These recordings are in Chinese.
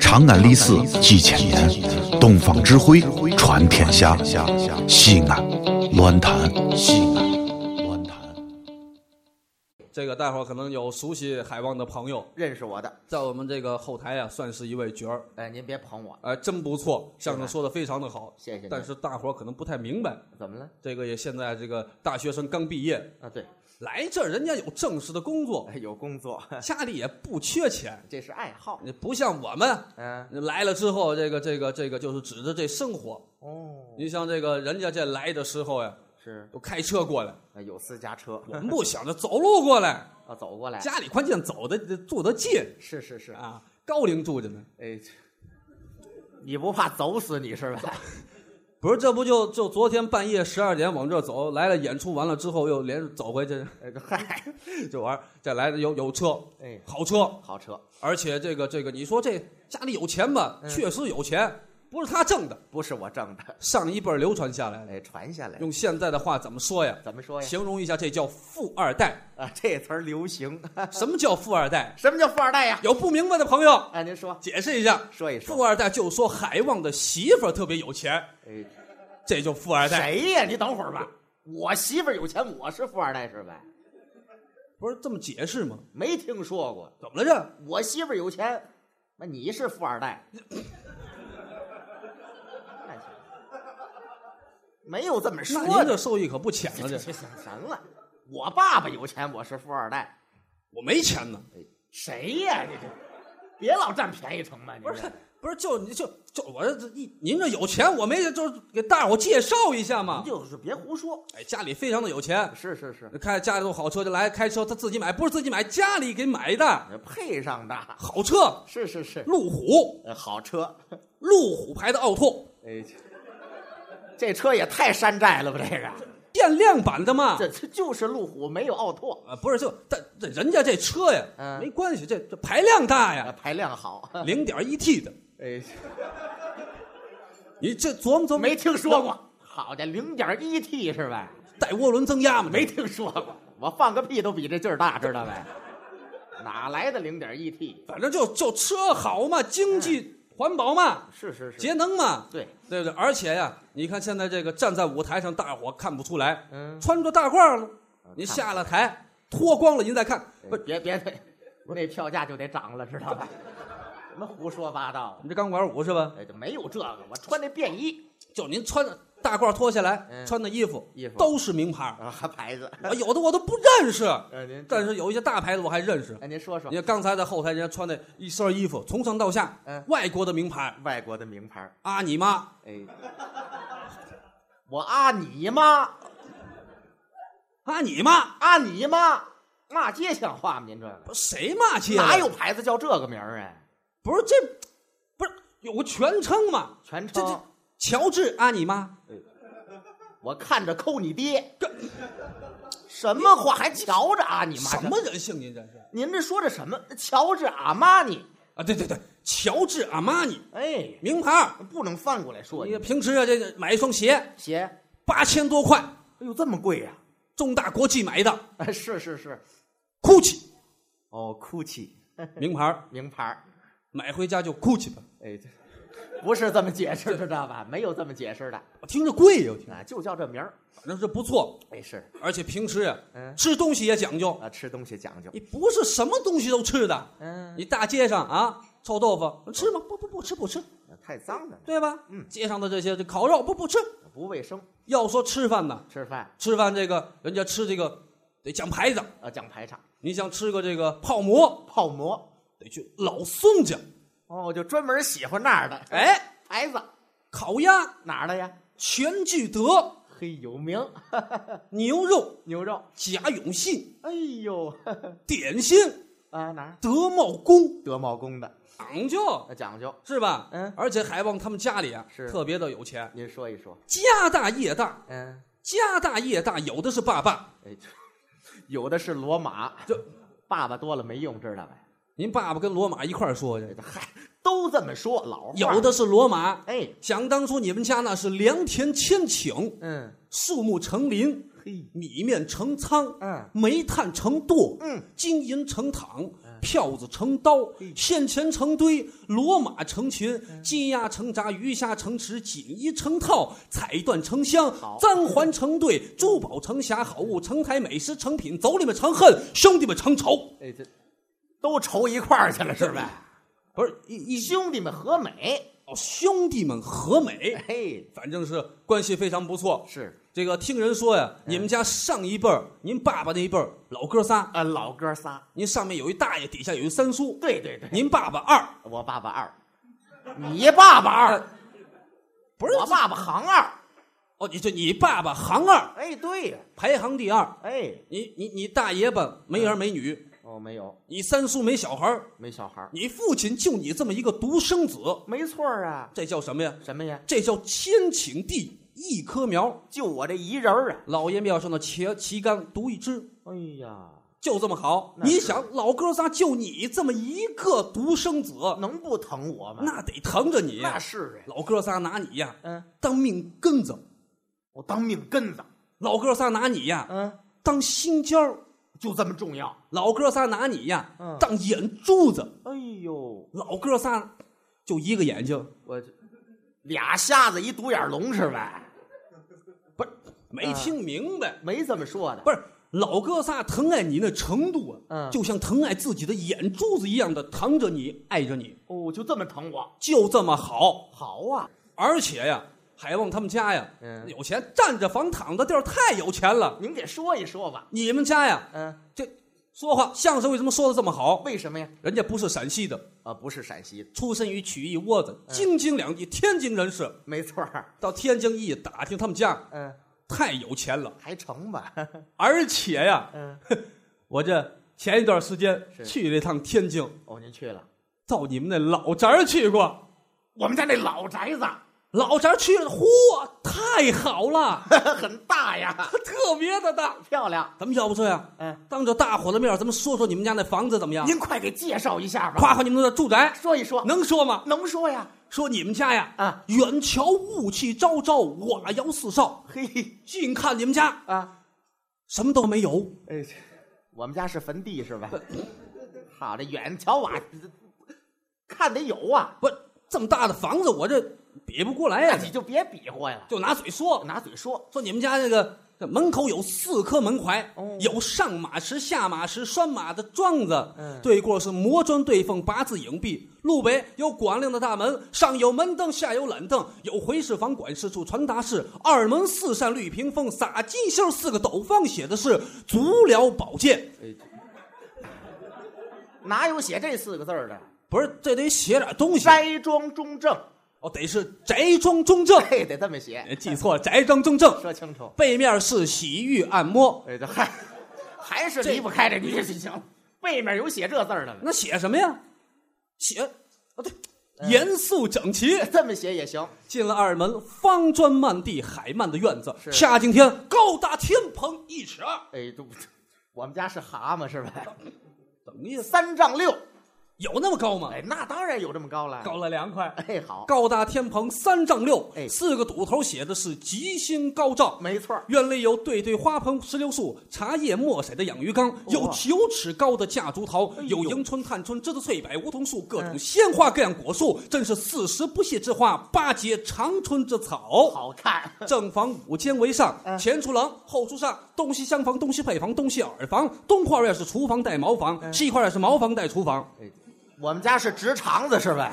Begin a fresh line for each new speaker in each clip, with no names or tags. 长安历史几千年，东方智慧传天下。西安，乱谈西安，乱谈。
这个待会儿可能有熟悉海王的朋友，
认识我的，
在我们这个后台啊，算是一位角儿，
哎，您别捧我，
哎，真不错，相声说的非常的好。
谢谢您
但是大伙儿可能不太明白，
怎么了？
这个也现在这个大学生刚毕业，
啊，对，
来这儿人家有正式的工作
哎，有工作，
家里也不缺钱，
这是爱好。
你不像我们
嗯，
来了之后，这个这个这个就是指着这生活。
哦，
你像这个人家这来的时候呀，
是
都开车过来，
哎有私家车
我们不想着走路过 来，
啊，走过来，
家里关键走的住得近
是是是，
啊，高龄住着呢。
哎，这你不怕走死你是吧？
不是，这不就就昨天半夜十二点往这儿走来了，演出完了之后又连着走回去，
哎，嗨，
这玩意儿再来的有有车，
哎，
好车，
好车
而且这个这个，你说这家里有钱吧，
嗯
确实有钱，不是他挣的，
不是我挣的，
上一辈儿流传下来的。
哎，传下来，
用现在的话怎么说呀？
怎么说呀？
形容一下，这叫富二代。
啊，这词儿流行，
什么叫富二代？
什么叫富二代呀？
有不明白的朋友
哎，您说
解释一下。
说一
富
说，
二代就说海王的媳妇儿特别有钱，
哎，
这就富二代。
谁呀？你等会儿吧，我媳妇儿有钱，我是富二代是吧？
不是这么解释吗？
没听说过，
怎么了这？
我媳妇儿有钱，那你是富二代。没有这么说
那
的
您。这受益可不浅了。
这
这
这行了，我爸爸有钱，我是富二代。
我没钱呢，
哎谁呀、你这别老占便宜成吗？你
不
这
是不是，就你就就我这一您这有钱，我没就是给大伙介绍一下嘛
您。就是别胡说。
哎，家里非常的有钱，
是是是，
开家里有好车就来开车，他自己买，不是自己买，家里给买的
呃配上的。
好车，
是是是，
路虎，
呃好车。
路虎牌的奥拓，
哎，这这车也太山寨了吧？这个，
限量版的嘛。
这这就是路虎，没有奥拓，
啊，不是就但这人家这车呀，
嗯
没关系，这这排量大
呃
呀，
排量好。
零点一 T 的，
哎。
你这琢磨琢磨，
没听说过。好的，零点一 T 是吧？
带涡轮增压嘛？
没听说过，我放个屁都比这劲儿大，知道 呗？哪来的零点一 T？
反正就就车好嘛，经济环保嘛，
是嗯是
节，能嘛，
对，
对不对？而且呀，你看现在这个站在舞台上，大伙看不出来，
嗯，啊
穿着大褂了，你
看
下了台脱光了，您再看，不
不
是，
别别别，那票价就得涨了，知道吧？什么胡说八道
你？这钢管舞是吧？
哎，就没有这个，我穿那便衣
就您穿着大褂脱下来，
嗯
穿的衣服
衣服
都是名牌儿，
啊，牌 子。
我有的我都不认识，
呃，您
但是有一些大牌子我还认识。
哎，您说说
你看刚才在后台，人家穿的一身衣服，从上到下，
嗯
外国的名牌，
外国的名牌？
啊你妈，
哎，我啊你妈，
啊你妈，
啊你妈，骂街像话吗？您这个
不是谁骂街？
哪有？牌子叫这个名儿啊？
不是这，不是有个全称嘛？
全
这
称
这，乔治啊你妈，
我看着抠你爹，什么话还瞧着啊你妈？
什么？人性？您这是
您这说的什么？乔治阿玛尼，
啊？对对对，乔治阿玛尼
哎，
名牌儿，
不能翻过来说。
你
你
平时啊这个买一双鞋
鞋，哎
八千多块，
呦，这么贵呀、
中大国际买的
啊？是是是，
，GUCCI
哦，GUCCI
名牌儿，
名牌儿，
买回家就 GUCCI 吧，
哎，这不是这么解释，知道吧？没有这么解释的
我听着贵呀，我听，
啊，就叫这名儿。
反正是不错，
哎，是
而且平时呀
嗯
吃东西也讲究。
啊，吃东西讲究。
你不是什么东西都吃的，
嗯，
你大街上啊，臭豆腐吃吗？不不不吃不吃，
啊太脏了，
对吧？
嗯
街上的这些这烤肉不不吃。
不卫生。
要说吃饭呢，
吃饭
吃饭这个人家吃这个得讲牌子，
啊，讲排场，
你想吃个这个泡馍，
泡馍。
得去老孙家。
哦，就专门喜欢那儿的。
哎，
牌子
烤鸭、
哪儿的呀？
全聚德、
嘿，有名
牛肉、
牛肉。
贾永信、
哎呦， 呵呵
点心、
啊哪儿？
德茂宫，
德茂宫的，
讲究
那讲究。
是吧？
嗯
而且海王他们家里啊，
是
特别的有钱，
您说一说。
家大业大，
嗯，
家大业大，有的是爸爸。
哎，有的是罗马，
这
爸爸多了没用，知道呗？
您爸爸跟罗马一块儿说去，
嗨，都这么说，老话
有的是罗马。
哎，
想当初你们家那是良田千顷，
嗯，
树木成林，
嘿，
米面成仓，
嗯
煤炭成垛，
嗯，
金银成镗，票子成刀，线钱成堆，骡马成群，鸡鸭成闸，鱼虾成池，锦衣成套，彩缎成箱，簪环成对，珠宝成匣，好物成台，美食成品，妯娌们成恨，兄弟们成仇。
哎，这都愁一块儿去了，是呗？
不是一一
兄弟们和美，
哦，兄弟们和美，
嘿，
反正是关系非常不错。
是
这个听人说呀，你们家上一辈儿，您爸爸那一辈儿老哥仨，
啊，老哥仨，
您上面有一大爷，底下有一三叔，
对对对，
您爸爸二，
我爸爸二，你爸爸 二，
不是
我爸爸行二，
哦，你这你爸爸行二，
哎，对呀，
排行第二。
哎，
你你你大爷吧没儿没女，
哦，没有，
你三叔没小孩儿，
没小孩儿，
你父亲就你这么一个独生子，
没错儿啊，
这叫什么呀？
什么呀？
这叫千顷地一棵苗，
就我这一人儿啊，
老爷庙上的茄旗杆独一枝，
哎呀，
就这么好。
那是
你想，老哥仨就你这么一个独生子，
能不疼我吗？
那得疼着你。
那是啊，
老哥仨拿你呀
嗯，
当命根子，
我当命根子，
老哥仨拿你呀
嗯，
当心尖儿，
就这么重要。
老哥仨拿你呀
嗯
当眼珠子，
哎呦，
老哥仨就一个眼睛，
我这俩瞎子一独眼龙是呗？
不是没听明白，
没这么说的，
不是。老哥仨疼爱你那程度啊，
嗯
就像疼爱自己的眼珠子一样的疼着你，爱着你，
哦，就这么疼我，
就这么好。
好啊，
而且呀，海旺他们家呀，
嗯
有钱，占着房躺着地儿，太有钱了。
您给说一说吧。
你们家呀，
嗯，
这说话相声为什么说的这么好？
为什么呀？
人家不是陕西的，
啊，不是陕西的，
出身于曲艺窝
嗯
子，京津两地，天津人士。
没错儿。
到天津一打听，他们家
嗯，
太有钱了，
还成吧。
而且呀，
嗯，
我这前一段时间
是
去了一趟天津，
哦，您去了，
到你们那老宅儿去过，
我们家那老宅 子
老宅儿去了，嚯，太好了，
很大呀，
特别的大。
漂亮。
咱们要不这样，
嗯，
当着大伙的面儿，咱们说说你们家那房子怎么样？
您快给介绍一下吧，
夸夸你们的住宅，
说一说，
能说吗？
能说呀？
说你们家呀，
啊，
远瞧雾气昭昭，瓦窑四少；
嘿
近看你们家
啊，
什么都没有，
哎，我们家是坟地是吧？好，这远瞧瓦，看得有啊，
不，这么大的房子，我这比不过来呀、
那你就别比划呀，
就拿嘴说，
拿嘴说。
说你们家这个这门口有四颗门槐，
哦
有上马石、下马石、拴马的桩子，
嗯
对过是磨砖对缝、八字影壁，路北有广亮的大门，上有门灯，下有懒凳，有回事房、管事处、传达室，二门四扇绿屏风，撒金星四个斗方，写的是足疗保健。
哪有写这四个字儿的？
不是，这得写点东西
斋庄中正，
哦，得是宅庄中 正，
嘿，得这么写，
哎记错了，宅庄中正，
说清楚。
背面是洗浴按摩，
哎，这嗨，还是离不开这女行，背面有写这字儿的吗？
那写什么呀？写啊，对，
嗯
严肃整齐。
这么写也行。
进了二门，方砖漫地，海漫的院子，
是
夏景天高大天棚一尺二，
哎，这不我们家是蛤蟆是吧？
怎么意思？
三丈六，
有那么高吗？
哎，那当然有这么高了。
高了凉快。
哎，好，
高大天棚三丈六，
哎
四个堵头写的是吉星高照。
没错儿。
院里有对对花盆、石榴树、茶叶、墨水的养鱼缸，有九尺高的架竹桃，有迎春、探春、栀子、翠柏、梧桐树，各种鲜花各样果树，真是四时不谢之花，八节长春之草。
好看，
正房五间为上，前厨廊，后厨上，东西厢房，东西配房，东西耳房，东跨院是厨房带茅房，西跨院是茅房带厨房。
我们家是直肠子是吧？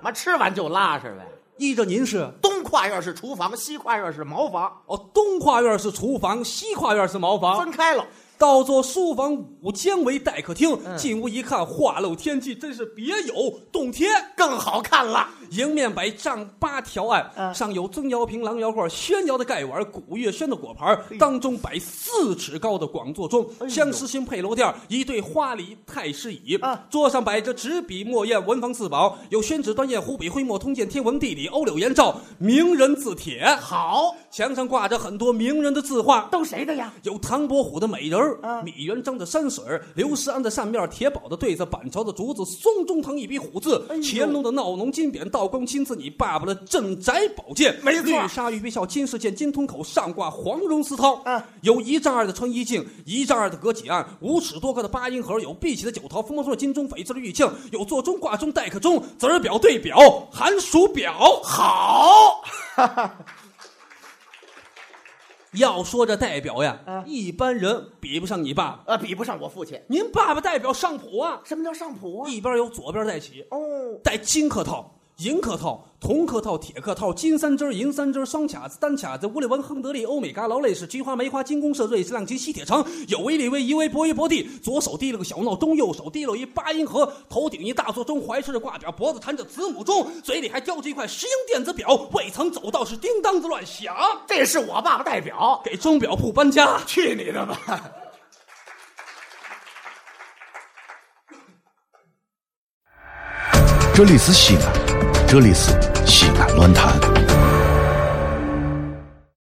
妈吃完就拉是吧？
依着您是
东跨院是厨房，西跨院是茅房，
哦，东跨院是厨房，西跨院是茅房，
分开了。
到座书房五间为待客厅，
嗯
进屋一看，画露天际，真是别有洞天。
更好看了，
迎面摆丈八条案，
嗯
上有钟摇瓶、狼摇罐、宣窑的盖碗、古月轩的果盘，
哎
当中摆四尺高的广座钟，相思星配楼垫，一对花梨太师椅，
啊
桌上摆着纸笔墨砚文房四宝，有宣纸端砚湖笔徽墨通鉴天文地理欧柳颜照名人字帖，
好，
墙上挂着很多名人的字画，
都谁的呀？
有唐伯虎的美人儿儿，
啊
米原张着山水儿，刘石安的扇面，铁宝的对子，板桥的竹子，宋中堂一笔虎字，
哎
乾隆的闹龙金匾，道光亲赐你爸爸的镇宅宝剑，
没错
绿鲨鱼微笑，金饰剑，金通口上挂黄绒丝绦，
啊
有一丈二的穿衣镜，一丈二的隔几案，五尺多高的八音盒，有碧玺的九桃，风魔说的金钟，翡翠的玉磬，有做钟挂钟，待客钟，子儿表对表，寒暑表，好。要说这代表呀，
啊
一般人比不上你爸爸。
呃，比不上我父亲。
您爸爸代表上谱啊，
什么叫上谱啊？
一边有左边带起，
哦，
带金客套、银客套、铜客套、铁客套、金三针儿、银三针儿、双卡子、单卡子、乌里文、亨德利、欧美嘎、劳累士、菊花、梅花、金公社、瑞士、亮吉、西铁城、有威利威、夷为博夷博地，左手提了个小闹钟，右手提了一八音盒，头顶一大座钟，怀揣着挂表，脖子缠着子母钟，嘴里还叼着一块石英电子表，未曾走到是叮当子乱响，
这是我爸爸代表。
给钟表铺搬家。
去你的吧！
这里是西安，这里是西安乱坛。